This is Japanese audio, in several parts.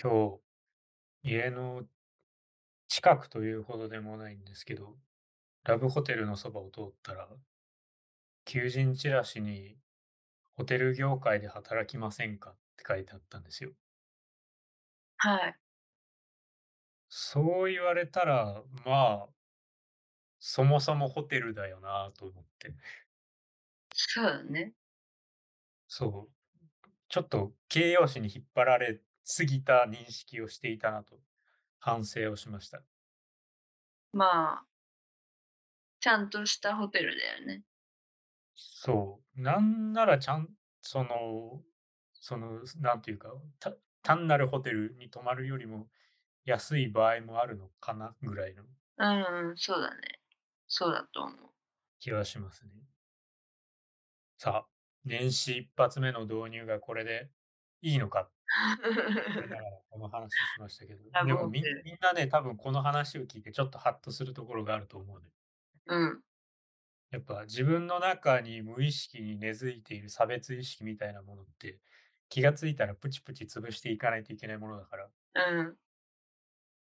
今日、家の近くというほどでもないんですけど、ラブホテルのそばを通ったら、求人チラシにホテル業界で働きませんかって書いてあったんですよ。はい。そう言われたら、まあ、そもそもホテルだよなと思って。そうだね。そう。ちょっと形容詞に引っ張られすぎた認識をしていたなと反省をしました。まあ、ちゃんとしたホテルだよね。そう。なんならちゃん、その、その、なんていうか、た単なるホテルに泊まるよりも安い場合もあるのかなぐらいのうん、そうだね。そうだと思う。 気はしますね。さあ、年始一発目の導入がこれでいいのかってながらこの話しましたけど、ラでブもホみテんル。みんなね、多分この話を聞いてちょっとハッとするところがあると思うね。うん。やっぱ自分の中に無意識に根付いている差別意識みたいなものって気がついたらプチプチ潰していかないといけないものだから、うん。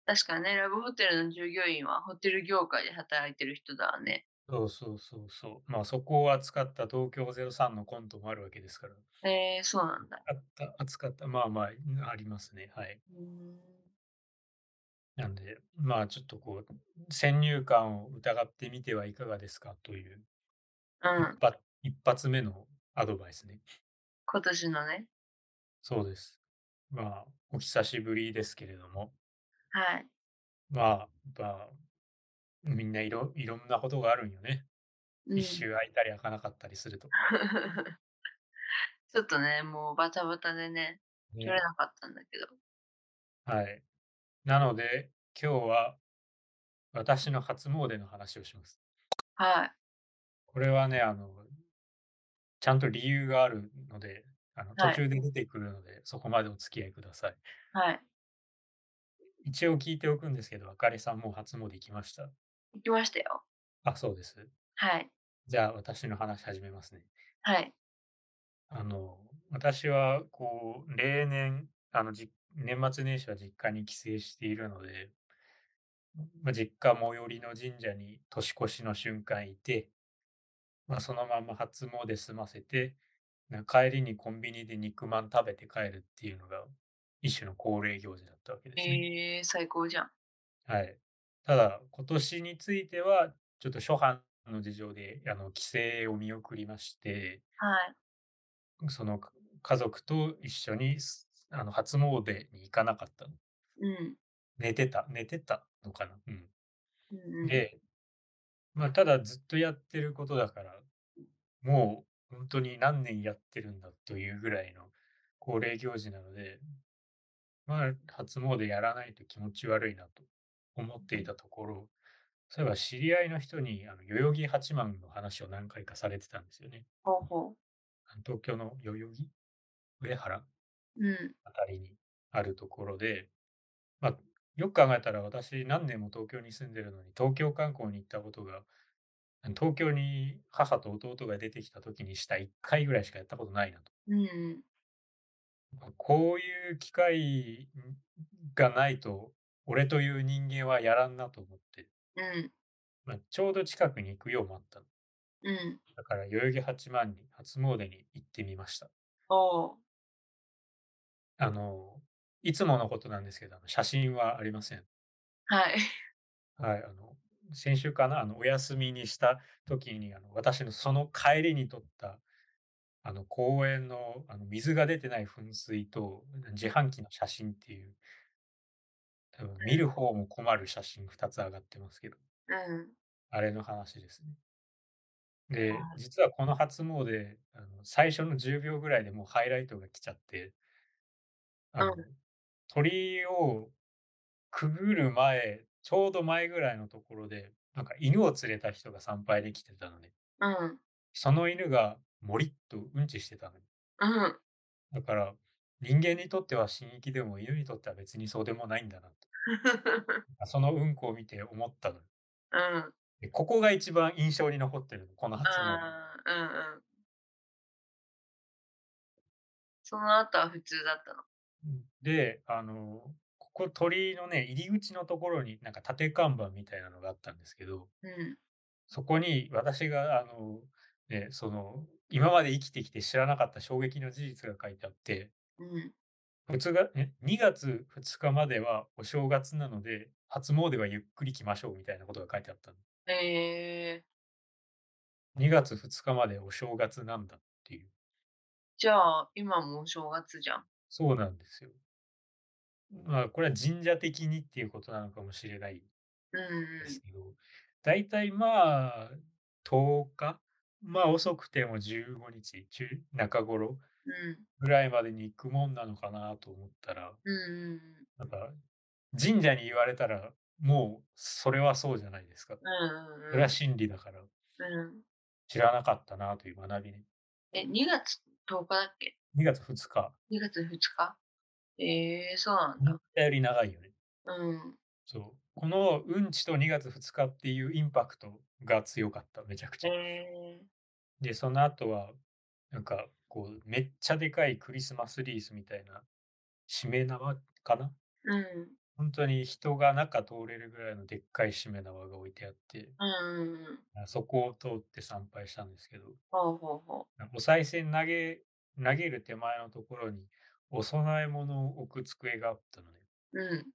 確かね、ラブホテルの従業員はホテル業界で働いてる人だわね。そうそうそうそう。まあそこを扱った東京03のコントもあるわけですから。えー、そうなんだ。あった、扱った、まあまあ、ありますね。はい。うーん。なんで、まあちょっとこう、先入観を疑ってみてはいかがですかというう一ん。発、一発目のアドバイスね。今年のね。そうです。まあ、お久しぶりですけれども、はい。まあ、まあ、みんないろ、いろんなことがあるんよね。う一ん。周空いたり開かなかったりする と。ちょっとね、もうバタバタでね、取れね。なかったんだけど。はい。なので、今日は私の初詣の話をします。はい。これはね、あの、ちゃんと理由があるので、あの途はい。中で出てくるので、そこまでお付き合いください。はい。一応聞いておくんですけど、あかりさんもう初詣行きました。行きましたよ。あ、そうです。はい。じゃあ、私の話始めますね。はい。あの、私は、こう、例年、あの、じ年末年始は実家に帰省しているので、まあ、実家最寄りの神社に年越しの瞬間いて、まあ、そのまま初詣済ませて、な帰りにコンビニで肉まん食べて帰るっていうのが一種の恒例行事だったわけですね。えー、最高じゃん。はい。ただ、今年については、ちょっと諸般の事情で、あの、帰省を見送りまして、はい。そのか家族と一緒にす、あの、初詣に行かなかったの。うん。寝てた、寝てたのかな。うん。うんうん。で、まあ、ただずっとやってることだから、もう本当に何年やってるんだというぐらいの恒例行事なので、まあ、初詣やらないと気持ち悪いなと思っていたところ、そういえば知り合いの人にあの代々木八幡の話を何回かされてたんですよね。ほうほあの東京の代々木上原う。うん。あたりにあるところで、まあ、よく考えたら私何年も東京に住んでるのに東京観光に行ったことがあの東京に母と弟が出てきた時にした1回ぐらいしかやったことないなと。うん。まあこういう機会がないと、俺という人間はやらんなと思って、うん。まあ、ちょうど近くに行くようもあったの。うん。だから、代々木八幡に初詣に行ってみました。おう。あの、いつものことなんですけど、あの写真はありません。はい。 はい、あの、先週かな、あの、お休みにした時に、あの、私のその帰りに撮った、あの、公園の、あの、水が出てない噴水と、自販機の写真っていう、多分見る方も困る写真2つ上がってますけど、うん。うん。あれの話ですね。で、実はこの初詣、あの最初の10秒ぐらいでもうハイライトが来ちゃって、あうの、ん。鳥居をくぐる前、ちょうど前ぐらいのところで、なんか犬を連れた人が参拝できてたのね。うん。その犬がもりっとうんちしてたのに。うん。だから、人間にとっては神域でも犬にとっては別にそうでもないんだなと。そのうんこを見て思ったのよ。うん でここが一番印象に残ってるの、この初詣。あーうんうん。その後は普通だったの。で、あの、ここ鳥居のね、入り口のところになんか縦看板みたいなのがあったんですけど、うん。そこに私が、あの、ね、その、今まで生きてきて知らなかった衝撃の事実が書いてあって、うん。普通が、え2月2日まではお正月なので、初詣はゆっくり来ましょうみたいなことが書いてあったの。えー、 2月2日までお正月なんだっていう。じゃあ、今もお正月じゃん。そうなんですよ。まあ、これは神社的にっていうことなのかもしれないうんですけど、大体まあ、10日、まあ遅くても15日、中中頃うん。ぐらいまでに行くもんなのかなと思ったら、うん。うん。なんか、神社に言われたら、もうそれはそうじゃないですか。うん。それは真理だから、うん。知らなかったなという学びね。え、2月10日だっけ2月2日、 ?2 月2日えー、そうなん思だっ。たより長いよね。うん。そう。このうんちと2月2日っていうインパクトが強かった、めちゃくちゃ。えで、その後は、なんか、こう、めっちゃでかいクリスマスリースみたいな、しめ縄かなー、うん。本当に人が中通れるぐらいのでっかいしめ縄が置いてあって、うん。あそこを通って参拝したんですけど、ほうほうほお賽銭投げ、投げる手前のところに、お供え物を置く机があったのね。う。うん。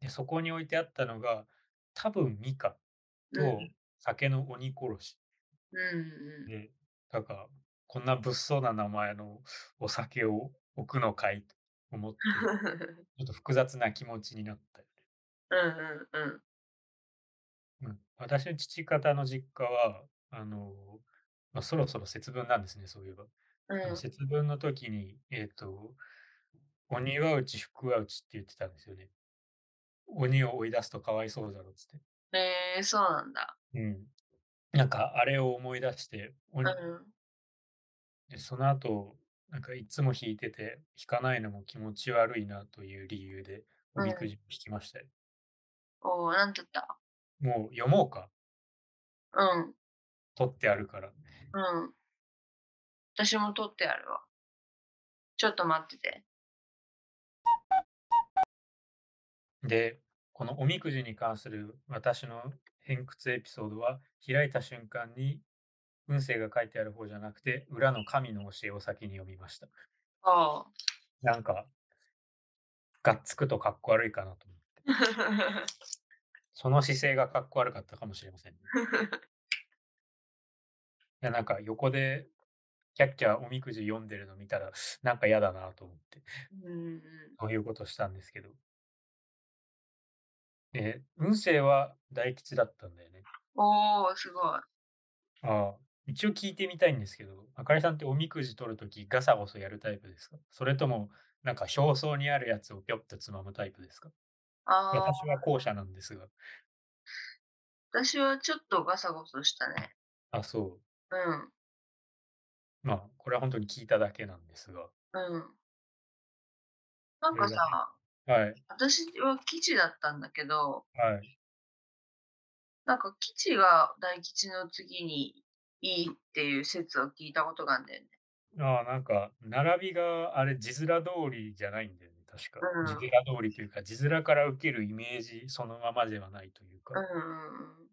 で、そこに置いてあったのが、多分ミカうとん酒の鬼殺し。 うん。で、なんか、こんな物騒な名前のお酒を置くのかいと思っ て、うんちょっと複雑な気持ちになったようんうん。ね。うん、私の父方の実家は、あの、まあ、そろそろ節分なんですね、そういえば。うんあの節分の時に、えっ、と、鬼は内、福は内って言ってたんですよね。鬼を追い出すとかわいそうだろうっつって。えー、そうなんだ。うん。なんか、あれを思い出して、う鬼ん。で、その後、なんかいつも弾いてて、弾かないのも気持ち悪いなという理由で、おみくじを弾きましたよ。おー、なんだったもう読もうか。うん。取ってあるから。うん。私も取ってあるわ。ちょっと待ってて。で、このおみくじに関する私の偏屈エピソードは、開いた瞬間に運勢が書いてある方じゃなくて、裏の神の教えを先に読みました。ああ。なんか、がっつくとかっこ悪いかなと思って。その姿勢がかっこ悪かったかもしれませんね。いや、なんか横で、キャッキャおみくじ読んでるの見たら、 なんか嫌だなと思って、 うん。そういうことしたんですけど。えー運勢は大吉だったんだよね。おー、すごい。ああ。一応聞いてみたいんですけど、あかりさんっておみくじ取るときガサゴソやるタイプですかそれとも、なんか表層にあるやつをぴょっとつまむタイプですかああ。私は後者なんですが。私はちょっとガサゴソしたね。あ、そうう。まあ、これは本当に聞いただけなんですが。ん。うん。なんかそれさ、はい。私は吉だったんだけど、はい。なんか吉が大吉の次にいいっていう説を聞いたことがあるんだよね。ああ、なんか、並びがあれ、字面通りじゃないんだよね、確か。うん字面通りというか、字面から受けるイメージそのままではないというか。うんうんうん。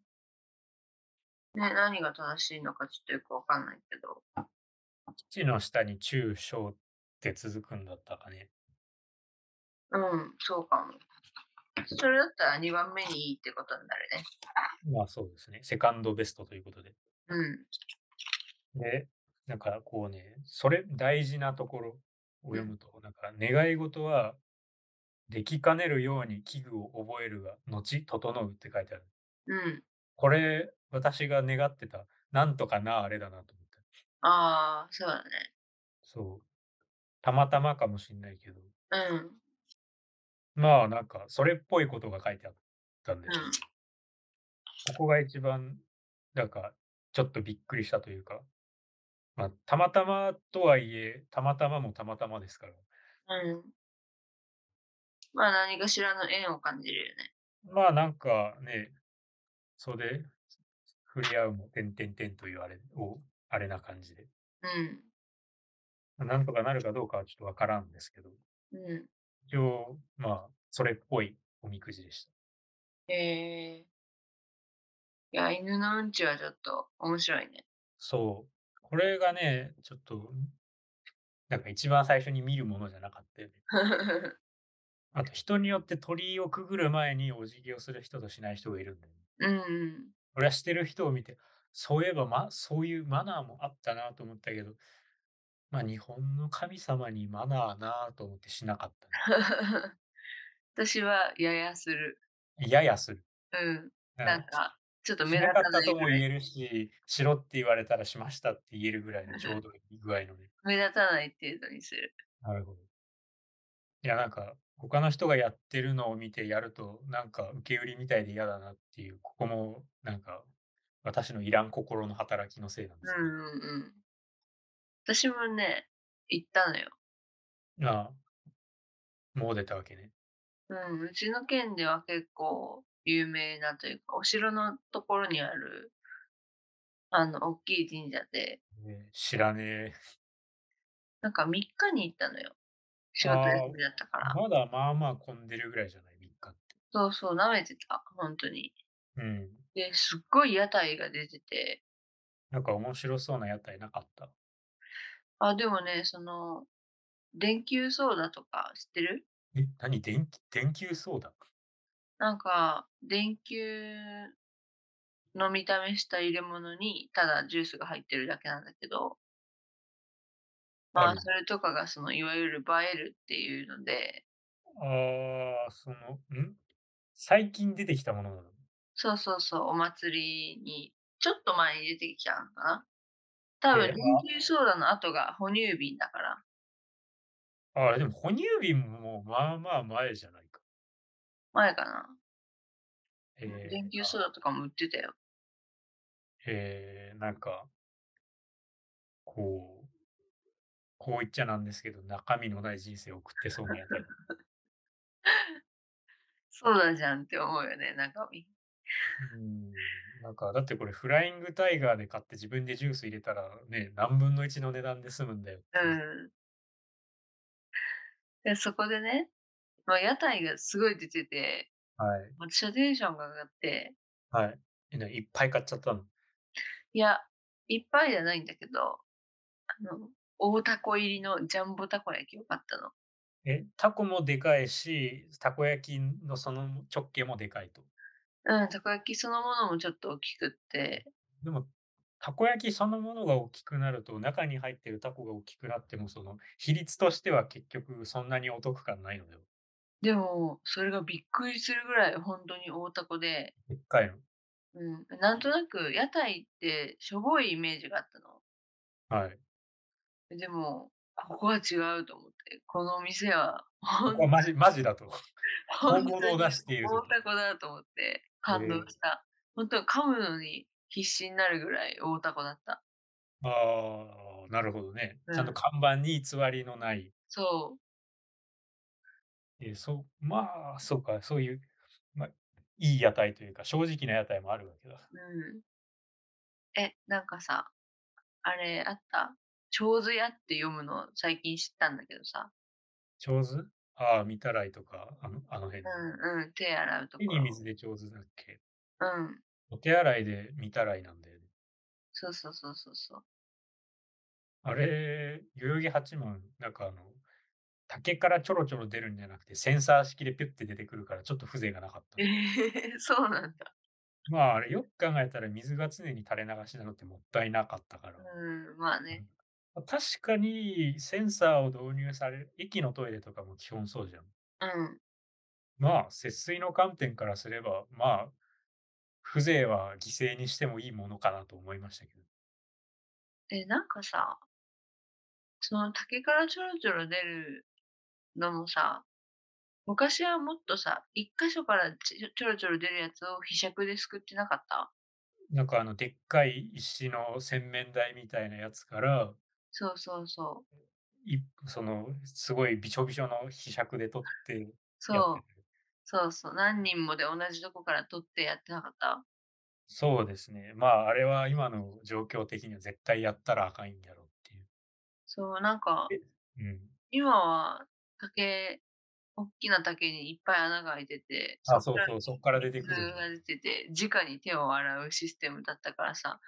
ね、何が正しいのかちょっとよくわかんないけど。地の下に中小って続くんだったかね。うん、そうかも。それだったら2番目にいいってことになるね。まあそうですね。セカンドベストということで。うん。で、なんかこうね、それ大事なところを読むと、なんか願い事は、できかねるように器具を覚えるが、後、整うって書いてある。うん。これ、私が願ってた、なんとかなあれだなと思った。ああ、そうだね。そう。たまたまかもしれないけど、うん。まあなんか、それっぽいことが書いてあったんで、うん。ここが一番、なんか、ちょっとびっくりしたというか、まあ、たまたまとはいえ、たまたまもたまたまですから、うん。まあ何かしらの縁を感じるよね。まあなんかね、袖、触れ合うも、てんてんてんというあれを、あれな感じで、なんとかなるかどうかはちょっとわからんですけど、うん。うん。一応、まあ、それっぽいおみくじでした。えー。いや、犬のうんちはちょっと面白いね。そう。これがね、ちょっと、なんか一番最初に見るものじゃなかったよね。あと、人によって鳥居をくぐる前にお辞儀をする人としない人がいるんだよね。 うんうん。俺はしてる人を見て、そういえば、ま、そういうマナーもあったなと思ったけど、まあ、日本の神様にマナーなと思ってしなかったね。 私はややする。ややする。うん。だなんか、ちょっとし目立なかたったないとぐもら言い。えるし、しろって言われたらしましたって言えるぐらいのちょうどいい具合のね。目立たない程度にする。なるほど。いや、なんか、他の人がやってるのを見てやると、なんか、受け売りみたいで嫌だなっていう、ここも、なんか、私のいらん心の働きのせいなんですけうんうんうん。私もね、行ったのよ。ど、ああ、もう出たわけね。うん、うちの県では結構有名なというか、お城のところにある、あの、大きい神社で、ね知らねえ。なんか3日に行ったのよ。仕事休みだったから。まだまあまあ混んでるぐらいじゃない、3日っそうそう、舐めてた、本当に。て。うん。で、すっごい屋台が出てて、なんか面白そうな屋台なかった。あ、でもね、その、電球ソーダとか知ってるえ、何電気電球ソーダなんか、電球の見た目した入れ物に、ただジュースが入ってるだけなんだけど、まああ、るそれとかが、その、いわゆる映えるっていうので、ああ、その、ん最近出てきたものなのそうそうそう、お祭りに、ちょっと前に出てきたのかな多分、えー電球ソーダの後が哺乳瓶だから、ああ、でも哺乳瓶ももうまあまあ前じゃないか。前かな。えー電球ソーダとかも売ってたよ。えーなんか、こう、こう言っちゃなんですけど、中身のない人生を送ってそうなやつ。ソーダじゃんって思うよね、中身。うんなんか、だってこれフライングタイガーで買って自分でジュース入れたらね、何分の1の値段で済むんだよっていう。うんでそこでね、まあ、屋台がすごい出てて、はい。私はテンションが上がって、はい。えないっぱい買っちゃったの。いや、いっぱいじゃないんだけど、あの、大たこ入りのジャンボたこ焼きを買ったの。え、タコもでかいし、たこ焼きのその直径もでかいと。うん、たこ焼きそのものもちょっと大きくって、でも、たこ焼きそのものが大きくなると、中に入ってるタコが大きくなっても、その比率としては結局そんなにお得感ないのよ。でも、それがびっくりするぐらい本当に大たこで、でっかいの。うん、なんとなく屋台ってしょぼいイメージがあったの。はい。でも、ここは違うと思って、この店はここはマジ、マジだと。本物を出しているぞ大とタコだと思って感動した。本当に噛むのに必死になるぐらい大タコだった。ああ、なるほどね。ちゃんうとん看板に偽りのない。そえーそう、まあ、そうか、そういう、まあ、いい屋台というか、正直な屋台もあるわけだ。う。うん。え、なんかさ、あれあった長寿屋って読むの最近知ったんだけどさ。上手ああ、見たらいとか、あのあの辺。うんうん。手洗うとこ手にろ。水で上手だっけうん。お手洗いで見たらいなんだよね。そうそうそうそうそう。あれ、代々木八幡、なんかあの、竹からちょろちょろ出るんじゃなくて、センサー式でピュッて出てくるから、ちょっと風情がなかったえ。 そうなんだ。まあ、あれ、よく考えたら、水が常に垂れ流しなのってもったいなかったから。うん。まあね。確かに、センサーを導入される、駅のトイレとかも基本そうじゃん。うん。まあ、節水の観点からすれば、まあ、風情は犠牲にしてもいいものかなと思いましたけど。え、なんかさ、その竹からちょろちょろ出るのもさ、昔はもっとさ、一箇所からちょちょろちょろ出るやつをひしゃくですくってなかったなんかあの、でっかい石の洗面台みたいなやつから、そうそうそう。いそのすごいびしょびしょのひしゃくで取ってやってそうる。そうそう。何人もで同じとこから取ってやってなかったそうですね。まああれは今の状況的には絶対やったらあかんやろっていう。そう、なんか、うん。今は竹大きな竹にいっぱい穴が開いてて、あ、そうからそう、そこから出てく水る。が出てて、直に手を洗うシステムだったからさ、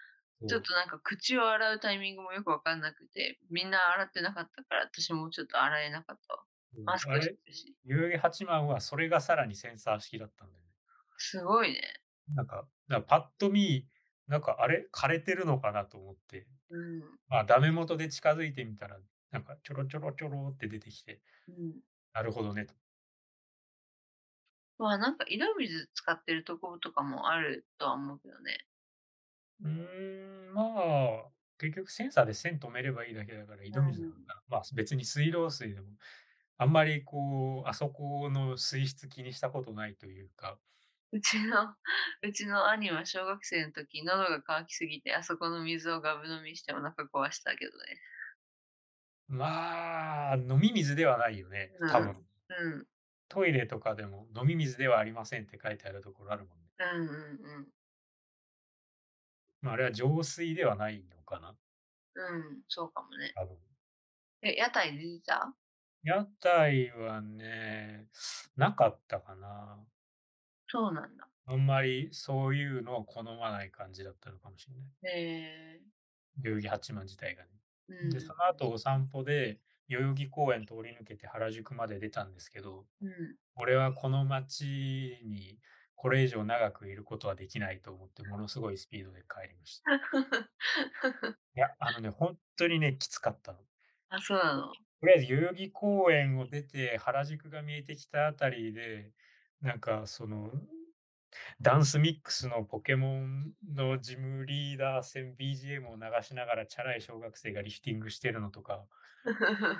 そうちょっとなんか口を洗うタイミングもよくわかんなくて、みんな洗ってなかったから、私もちょっと洗えなかったわ。うんマスあクしれてるし。遊戯八幡はそれがさらにセンサー式だったんだよね。すごいね。なんか、なんかパッと見、なんかあれ枯れてるのかなと思って、うん。まあダメ元で近づいてみたら、なんかちょろちょろちょろって出てきて、うん。なるほどねと。まあなんか井戸水使ってるところとかもあるとは思うけどね。うーん、まあ、結局センサーで線止めればいいだけだから井戸水なのかな。まあ別に水道水でも、あんまりこう、あそこの水質気にしたことないというか、うちの、 うちの兄は小学生の時、喉が渇きすぎて、あそこの水をガブ飲みしてお腹壊したけどね。まあ、飲み水ではないよね、多分。ううん。トイレとかでも飲み水ではありませんって書いてあるところあるもんね。うんうんうん。まあ、あれは浄水ではないのかな、うん、そうかもね。多分。え、屋台出てた屋台はね、なかったかな。そうなんだ。あんまりそういうのを好まない感じだったのかもしれない。へえ。代々木八幡自体がね。うん。で、その後お散歩で代々木公園通り抜けて原宿まで出たんですけど、うん。 俺はこの街にこれ以上長くいることはできないと思って、ものすごいスピードで帰りました。いや、あのね、本当にね、きつかったの。あ、そうなの。とりあえず代々木公園を出て原宿が見えてきたあたりでなんかそのダンスミックスのポケモンのジムリーダー戦 BGM を流しながらチャラい小学生がリフティングしてるのとか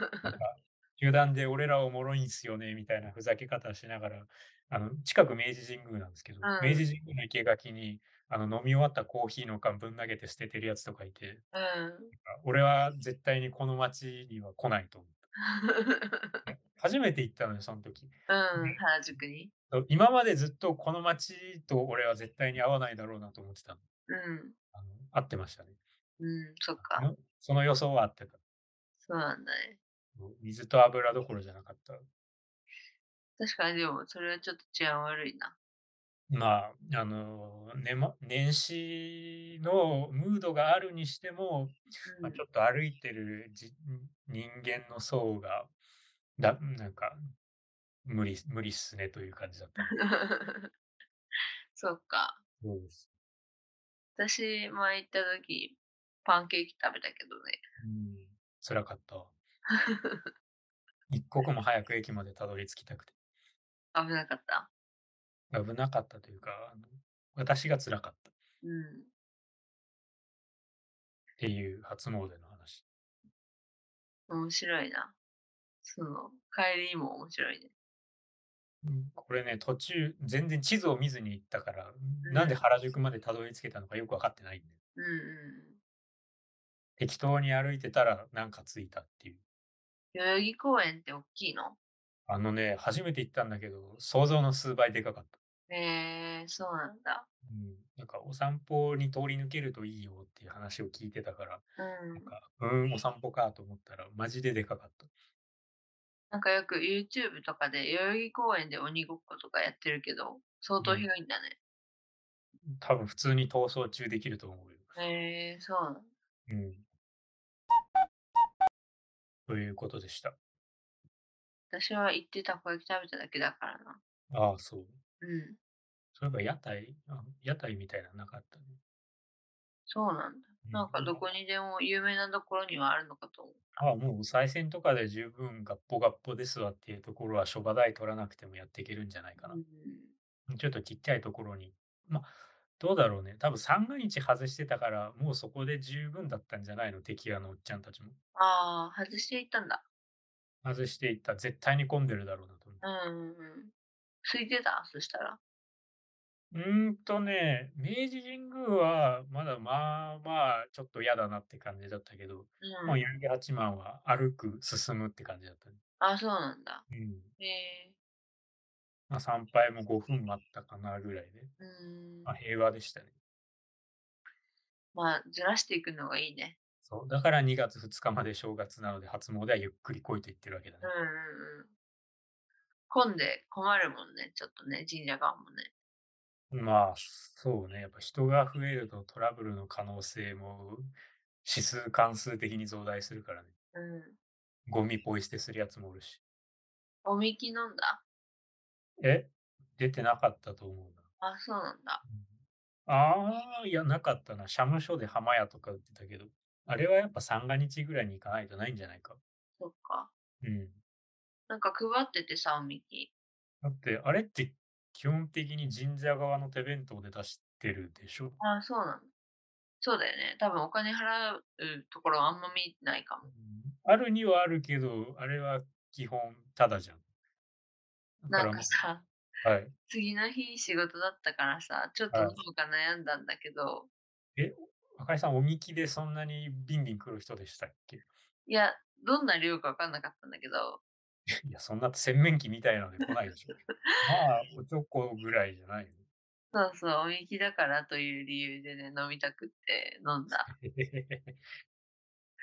集団で俺らおもろいんすよねみたいなふざけ方しながらあの近く明治神宮なんですけど、うん明治神宮の生垣にあの飲み終わったコーヒーの缶ぶん投げて捨ててるやつとかいてうん。俺は絶対にこの町には来ないと思って初めて行ったのよその時うん、原宿に。そう今までずっとこの街と俺は絶対に合わないだろうなと思ってたの。うん。あの合ってましたね。うん、そっか。よその予想は合ってた。そうなんだね。そう水と油どころじゃなかった。確かに、でも、それはちょっと治安悪いな。まあ、あの、ねま、年始のムードがあるにしても、うまあんちょっと歩いてるじ人間の層が、だなんか、無理、無理っすねという感じだった。 そっか。そうです。私、前行った時、パンケーキ食べたけどね。うん、辛かったわ。一刻も早く駅までたどり着きたくて。危なかった。危なかったというか、あの私が辛かったっうん。ていう初詣の話。面白いな。その、帰りも面白いね。これね、途中、全然地図を見ずに行ったから、なんで原宿までたどり着けたのかよく分かってないんで、うんうん。適当に歩いてたらなんか着いたっていう。代々木公園って大きいのあのね、初めて行ったんだけど、想像の数倍でかかった。へえー、そうなんだ。うん、なんかお散歩に通り抜けるといいよっていう話を聞いてたから、うなんん。か、うーん、お散歩かと思ったら、マジででかかった。なんかよく YouTube とかで代々木公園で鬼ごっことかやってるけど、相当うん広いんだね。多分普通に逃走中できると思うよ。へえー、そうなんだ。うん。ということでした。私は行ってたこ焼き食べただけだからな。ああ、そう。うん。そういえば屋台、あ屋台みたいなのなかったね。そうなんだ。うなんかどこにでも有名なところにはあるのかと思う。ああ、もうお賽銭とかで十分ガッポガッポですわっていうところは、諸場代取らなくてもやっていけるんじゃないかなう。ん、ちょっとちっちゃいところに。まあ、どうだろうね。多分三が日外してたから、もうそこで十分だったんじゃないの、敵屋のおっちゃんたちも。ああ、外していったんだ。外していった。絶対に混んでるだろうなと思って。うんうんうん。空いてたそしたら。うーんとね、明治神宮はまだまあまあちょっと嫌だなって感じだったけど、うん。もう代々木八幡は歩く、進むって感じだったね。あ、そうなんだ。うん。へえまあ参拝も5分待ったかなぐらいで、ー。うん。まあ平和でしたね。まあ、ずらしていくのがいいね。そう、だから2月2日まで正月なので初詣はゆっくり来いと言ってるわけだねうん。うんうん。混んで困るもんね、ちょっとね、神社側もね。まあ、そうね。やっぱ人が増えるとトラブルの可能性も指数関数的に増大するからね。うん。ゴミポイ捨てするやつもおるし。おみき飲んだえ出てなかったと思うな。あ、そうなんだ。ああ、いや、なかったな。社務所で浜屋とか売ってたけど、あれはやっぱ三が日ぐらいに行かないとないんじゃないか。そっか。うん。なんか配っててさ、おみき。だって、あれって基本的に神社側の手弁当で出してるでしょあ、そうなんだ。そうだよね。多分お金払うところはあんま見ないかも。あるにはあるけど、あれは基本ただじゃん。だなからんもかさ、う、はい。次の日仕事だったからさ、ちょっとは飲いむか悩んだんだけど、赤井さん、おみきでそんなにビンビン来る人でしたっけいや、どんな量かわかんなかったんだけど、いや、そんな洗面器みたいなので来ないでしょ。まあ、おちょこぐらいじゃないの。そうそう、おみきだからという理由でね、飲みたくって飲んだ。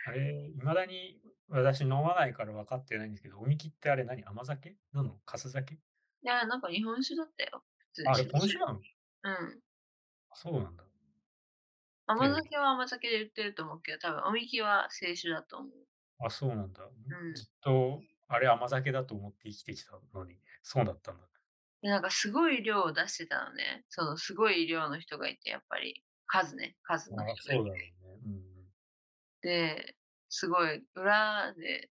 あれ、いまだに私飲まないから分かってないんですけど、おみきってあれ何甘酒なのかす酒いや、なんか日本酒だったよ。普通にあれ、本酒なのうん。あそうなんだ。甘酒は甘酒で売ってると思うけど、多分おみきは清酒だと思う。あ、そうなんだ。うんずっと、あれ甘酒だと思って生きてきたのに、そうだったんだ。でなんかすごい量を出してたのね。そのすごい量の人がいて、やっぱり数ね、数あの人そうだろがいうて。ね。うんで、すごい裏で、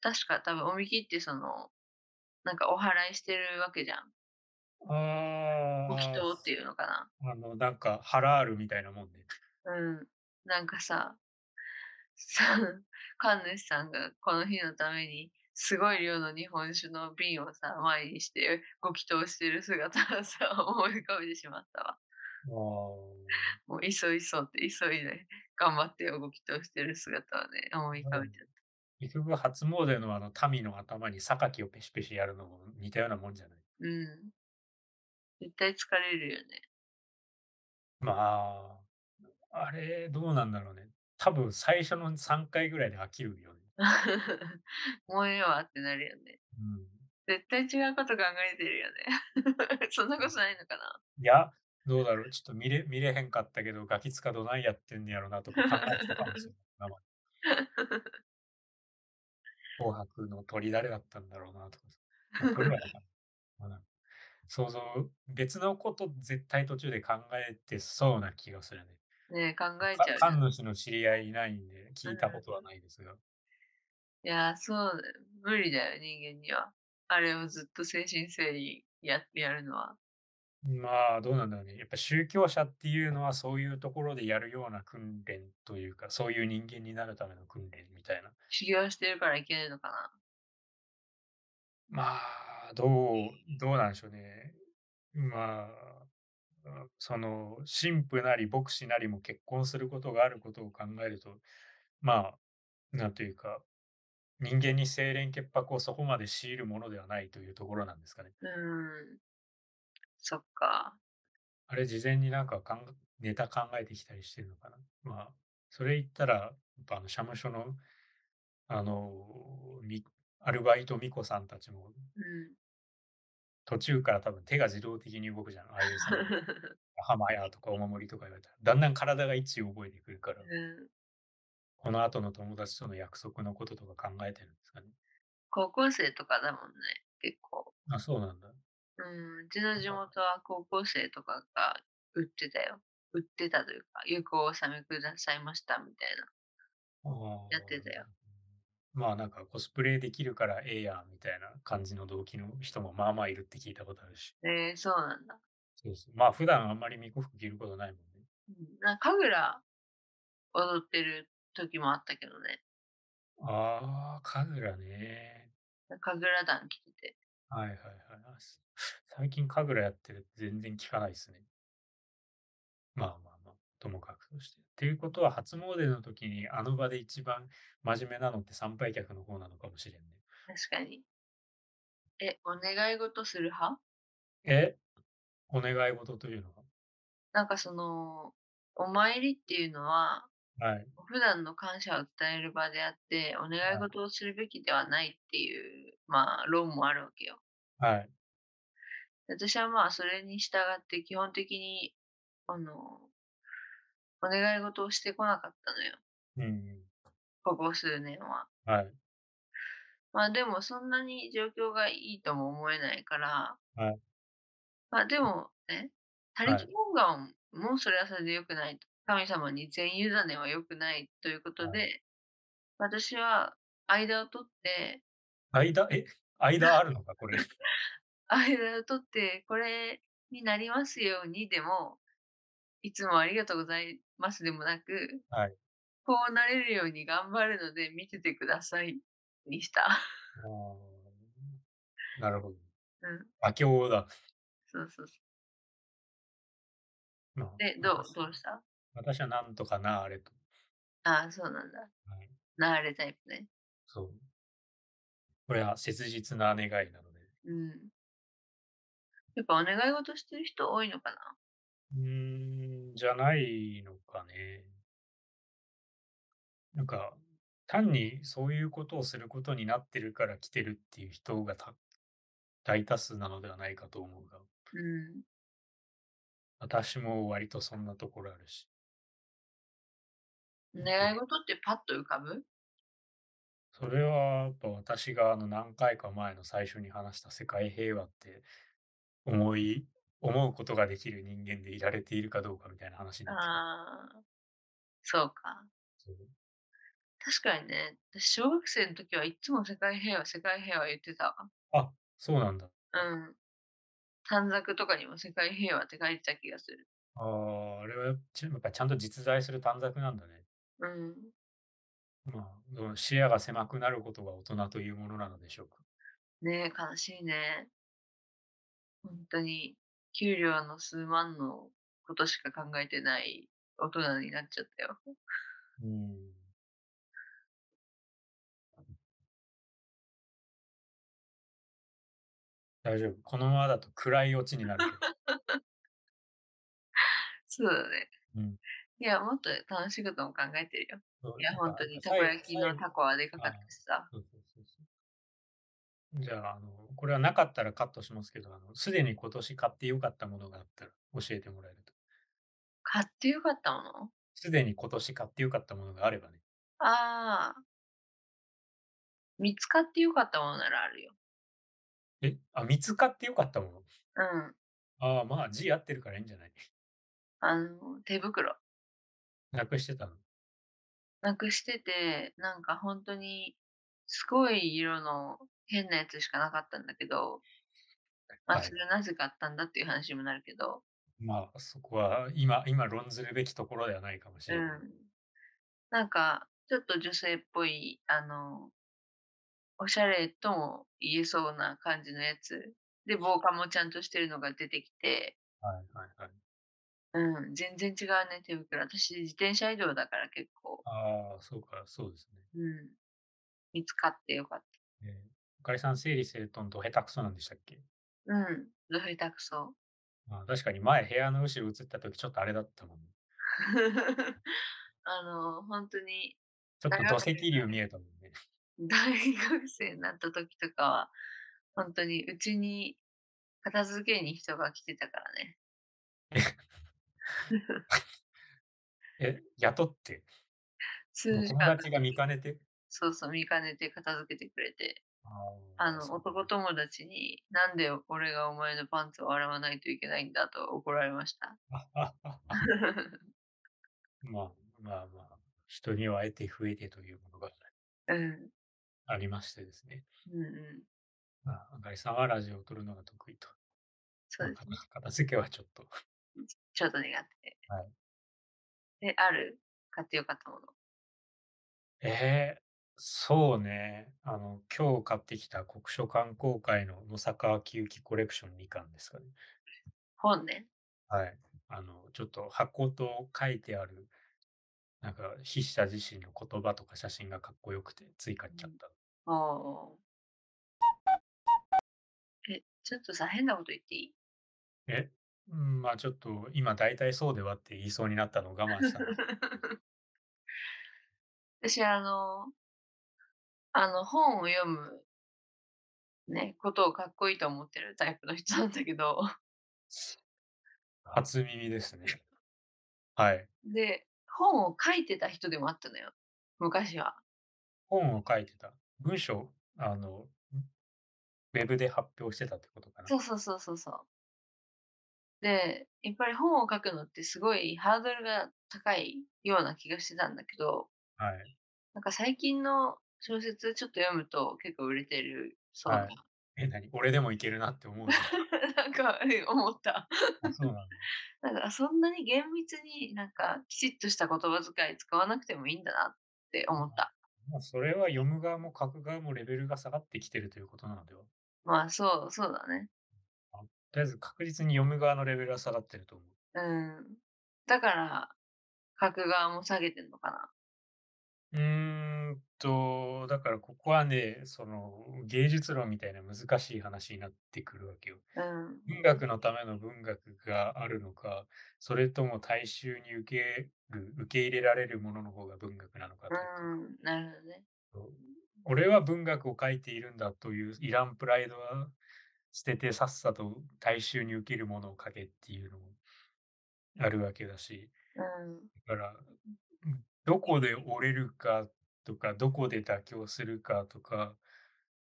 確か多分おみきってその、なんかお祓いしてるわけじゃん。あお祈祷あっていうのかな。あの、なんか、ハラールみたいなもんで、うん。なんかさ、さ、神主さんがこの日のために、すごい量の日本酒の瓶をさ、前にして、ご祈祷してる姿をさ、 思い浮かべてしまったわ。ああ、もう、急いそうって、急いで、頑張ってよ、ご祈祷してる姿はね、思い浮かべてた。結局、初詣のあの、民の頭に榊をペシペシやるのも似たようなもんじゃないうん。絶対疲れるよね。 まあ、あれ、どうなんだろうね。多分、最初の3回ぐらいで飽きるよね。もうええわってなるよね。うん、絶対違うこと考えてるよね。 そんなことないのかないや、どうだろう。ちょっと見れ見れへんかったけど、ガキ使どないやってんねやろなとか考えてたかもしれない。生で紅白の鳥誰だったんだろうなとかさ。まあ鳥はわかんないまあなんか想像、別のこと絶対途中で考えてそうな気がするね。ねえ考えかちゃうよね。神主の知り合いいないんで、聞いたことはないですが。いやー、そうだよ。無理だよ、人間には。あれをずっと精神誠意ややるのは。まあどうなんだろうね。やっぱ宗教者っていうのはそういうところでやるような訓練というか、そういう人間になるための訓練みたいな。修行してるからいけるのかな。まあどう、どうなんでしょうね。まあ、その神父なり牧師なりも結婚することがあることを考えると、まあ、なんというか、人間に清廉潔白をそこまで強いるものではないというところなんですかね。うーん。そっか。あれ、事前になんか考えネタ考えてきたりしてるのかな。まあ、それ言ったら、やっぱあの、社務所の、あの、みアルバイト巫女さんたちも、うん。 途中から多分手が自動的に動くじゃん。あ あいうさ、浜やとかお守りとか言われたら、だんだん体が位置を覚えてくるから、うん、この後の友達との約束のこととか考えてるんですかね。高校生とかだもんね、結構。あ、そうなんだ。うん。うちの地元は高校生とかが売ってたよ。売ってたというか、よくお納めくださいましたみたいな。やってたよあー。まあなんかコスプレできるからええやんみたいな感じの動機の人もまあまあいるって聞いたことあるし。えー、そうなんだ。そうそう。まあ、普段あんまり巫女服着ることないもんね。うん、なんか神楽踊ってる時もあったけどね。ああ、神楽ね。神楽団着てて。はいはいはい。あす最近神楽やってるって全然聞かないですね。まあまあまあ、ともかくとして。っていうことは、初詣の時にあの場で一番真面目なのって参拝客の方なのかもしれんね。確かに。え、お願い事する派えお願い事というのなんかその、お参りっていうのは、ははい。普段の感謝を伝える場であって、お願い事をするべきではないっていう、まあ、論もあるわけよ。はい。私はまあ、それに従って基本的に、あの、お願い事をしてこなかったのよ。うん。ここ数年は。はい。まあでもそんなに状況がいいとも思えないから、はい。まあでもね、他は力い。本願もそれはそれで良くない。神様に全委ねは良くないということはい。で、私は間を取って、間、え、間あるのか、 これ。間を取って、これになりますようにでも、いつもありがとうございますでもなく、はい。こうなれるように頑張るので見ててくださいにした。 あーなるほど。うん。妥協だ。そうそうそう。まあ、で、どう私どうした私はなんとかなあれと。ああ、そうなんだ。はい、なれタイプね。そう。これは切実な願いなので。うん。やっぱお願い事してる人多いのかなうーん、じゃないのかね。なんか、単にそういうことをすることになってるから来てるっていう人がた大多数なのではないかと思うが、うん。私も割とそんなところあるし。おうんう願んい事ってパッと浮かぶそれはやっぱ私があの何回か前の最初に話した世界平和って思い、思うことができる人間でいられているかどうかみたいな話になってくる。ああ、そうか。そう確かにね、私小学生の時はいつも世界平和、世界平和言ってたわ。あ、そうなんだ。うん。短冊とかにも世界平和って書いてた気がする。ああ、あれはちゃやっぱちゃんと実在する短冊なんだね。うん。まあ、どう視野が狭くなることが大人というものなのでしょうか。ねえ、悲しいね。本当に、給料の数万のことしか考えてない大人になっちゃったよ。うん。大丈夫。このままだと暗いオチになるけど。そうだね。うん。いや、もっと楽しいことも考えてるよ。 そういや、なん本か、当にたこ最後、焼き最の後。タコはでかあかっあ、たしさ。そうそうそうそう。じゃあ、あの、これはなかったらカットしますけど、あの、すでに今年買ってよかったものがあったら教えてもらえると。買ってよかったものすでに今年買ってよかったものがあればね。ああ、見つかってよかったものならあるよ。え、あ、見つかってよかったもの。うん。ああ、まあ、字合ってるからいいんじゃないあの、手袋。なくしてたの。なくしてて、なんか本当に、すごい色の変なやつしかなかったんだけど、まあ、はそい。れなぜ買ったんだっていう話にもなるけど、まあ、そこは今、今論ずるべきところではないかもしうれない。ん。なんか、ちょっと女性っぽい、あの、おしゃれとも言えそうな感じのやつ。で、防寒もちゃんとしてるのが出てきて、はいはいはい。うん、全然違うね、手袋。私、自転車移動だから結構、ああ、そうか、そうですね。うん、見つかってよかった。えー、ゆかりさん、整理整頓と下手くそなんでしたっけうん、どへたくそ。まあ、確かに前、部屋の後ろ映った時ちょっとあれだったもんね。 あの、本当に、 ちょっ大と土学石生にな流る、見えたもんね。大学生になった時とかは、本当に、うちに片付けに人が来てたからね。え、雇って、も数う時友間達かがけ見て、かねて。そうそう、見かねて片付けてくれて、あああ、の、そう 男友達に、なんで俺がお前のパンツを洗わないといけないんだと怒られました。 ああああまあまあまあ、人にはあえて増えてというものがうん、ありましてですね。うん、うん。まあ、あかりさんはラジオを撮るのが得意と。そうまあ、です片ね。片付けはちょっと。 ちょっと苦手。はい、で、ある買ってよかったもの。えー、そうね。あの、今日買ってきた国書観光会の野坂昭之コレクション2巻ですかね。本ね。はい。あの、ちょっと箱と書いてある、なんか筆者自身の言葉とか写真がかっこよくて、つい買っちゃった。うん、おーえ、ちょっとさ、変なこと言っていい え、うんまあちょっと今大体そうではって言いそうになったのを我慢した んです。私、あの、あの、本を読むね、ことをかっこいいと思ってるタイプの人なんだけど、初耳ですね。 はい。で、本を書いてた人でもあったのよ。昔は。本を書いてた。文章、あの、ウェブで発表してたってことかな。そうそうそうそうそう。で、やっぱり本を書くのってすごいハードルが高いような気がしてたんだけど、はい。なんか最近の小説ちょっと読むと結構売れてるそうな。 はいえ、何俺でもいけるなって思うの。なんかうん思った。 あそうなんだ。なんかそんなに厳密になんかきちっとした言葉遣い使わなくてもいいんだなって思った。まあそれは読む側も書く側もレベルが下がってきてるということなのでは。まあそう、そうだね。とりあえず確実に読む側のレベルは下がってると思う。うん。だから、書く側も下げてんのかな。うーんと、だからここはね、その芸術論みたいな難しい話になってくるわけよ。うん。文学のための文学があるのか、それとも大衆に受ける、受け入れられるものの方が文学なのかというかうん、なるほどね。俺は文学を書いているんだというイランプライドは捨ててさっさと大衆に受けるものを書けっていうのもあるわけだし、だからうんどこで折れるかとかどこで妥協するかとか、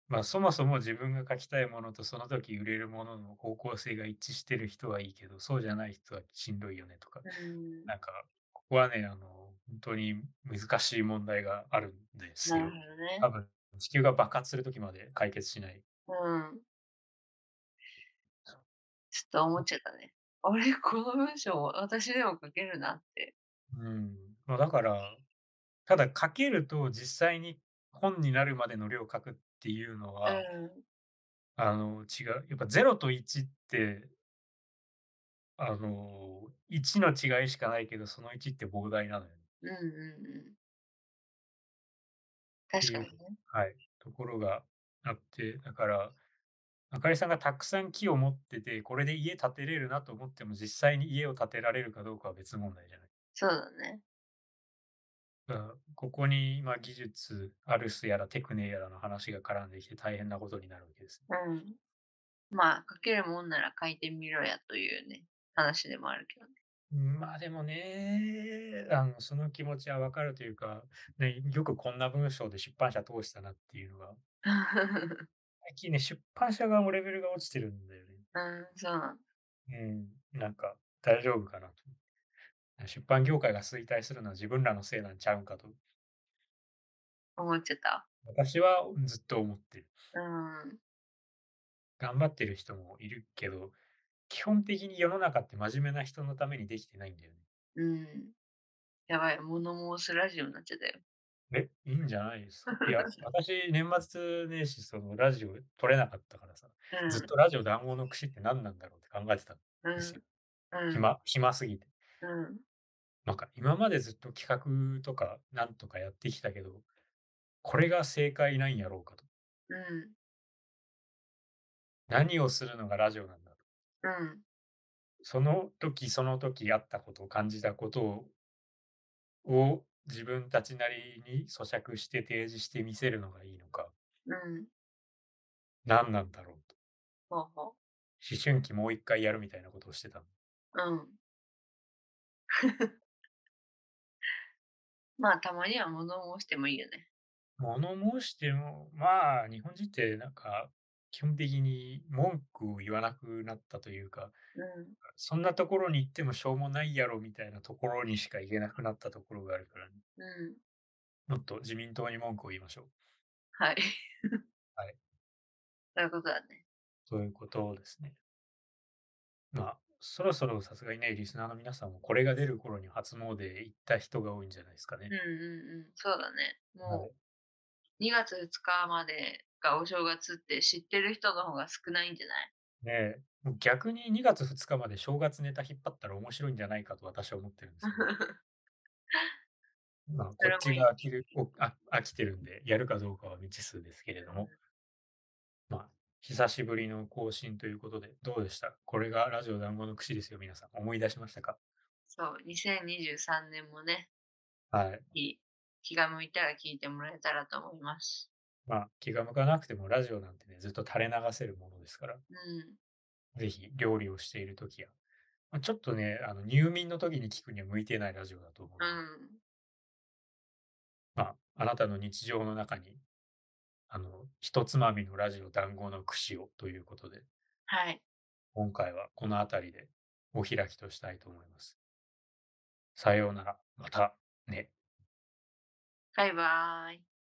まあ、そもそも自分が書きたいものとその時売れるものの方向性が一致してる人はいいけどそうじゃない人はしんどいよねとかうん。うん、なんかここはねあの本当に難しい問題があるんですなるよほ。どね多。分地球が爆発する時まで解決しない。 うん。ちょっと思っちゃったね。 あれ、この文章私でも書けるなって。うん、まあだからただ書けると実際に本になるまでの量を書くっていうのは、あの違うやっぱ0と1ってあの1の違いしかないけどその1って膨大なのよね。うん。うんうんうん。確かにね。はい、ところがあってだからあかりさんがたくさん木を持っててこれで家建てれるなと思っても実際に家を建てられるかどうかは別問題じゃない。そうだね。がここに今技術、アルスやらテクネやらの話が絡んできて大変なことになるわけですね。うん。まあ、書けるもんなら書いてみろやというね、話でもあるけどね。 まあでもね、あのその気持ちはわかるというか、ね、よくこんな文章で出版社通したなっていうのが、最近ね、出版社側もレベルが落ちてるんだようん、そうなんね。うん、なんか大丈夫かなと。出版業界が衰退するのは自分らのせいなんちゃうんかと、思っちゃった。私はずっと思ってる。うん。頑張ってる人もいるけど、基本的に世の中って真面目な人のためにできてないんだよね。うん。やばい、物申すラジオになっちゃったよ。え、いいんじゃないですか。いや、私、年末年始、そのラジオ撮れなかったからさ、うん。ずっとラジオ談合の串って何なんだろうって考えてたんうですよん。。うん。暇、暇すぎて。うん。なんか、今までずっと企画とか、なんとかやってきたけど、これが正解なんやろうかと。うん。何をするのがラジオなんだと。うん。その時その時あったことを感じたことをを自分たちなりに咀嚼して提示して見せるのがいいのかうん。何なんだろうとほうほ思春期もう一回やるみたいなことをしてたのう。うん。 まあ、たまには物申してもいいよね。物申してもまあ日本人ってなんか基本的に文句を言わなくなったというかそんなところに行ってもしょうもないやろみたいなところにしか行けなくなったところがあるから、ね、うん。うん。もっと自民党に文句を言いましょうはい。 はい。 そういうことだね。そういうことですね。まあ、そろそろさすがにね、リスナーの皆さんもこれが出る頃に初詣へ行った人が多いんじゃないですかねうん。うんうん。そうだね。はいもう、2月2日までがお正月って知ってる人の方が少ないんじゃないねえもう逆に2月2日まで正月ネタ引っ張ったら面白いんじゃないかと私は思ってるんですけどまあ、こそれっちもいいが飽きるおあ飽きてるんで、やるかどうかは未知数ですけれども、まあ、久しぶりの更新ということで、どうでしたこれがラジオ団子の串ですよ、皆さん。思い出しましたか そう、2023年もね、はい。いい気が向いたら聞いてもらえたらと思います。まあ、気が向かなくてもラジオなんてね、ずっと垂れ流せるものですから、うん。ぜひ料理をしているときや、まあ、ちょっとね、あの入眠の時に聞くには向いてないラジオだと思ううので、ん。まあ、あなたの日常の中に、あの、ひとつまみのラジオ団子の串をということで、はい。今回はこの辺りでお開きとしたいと思います。さようなら、またね。バイバーイ。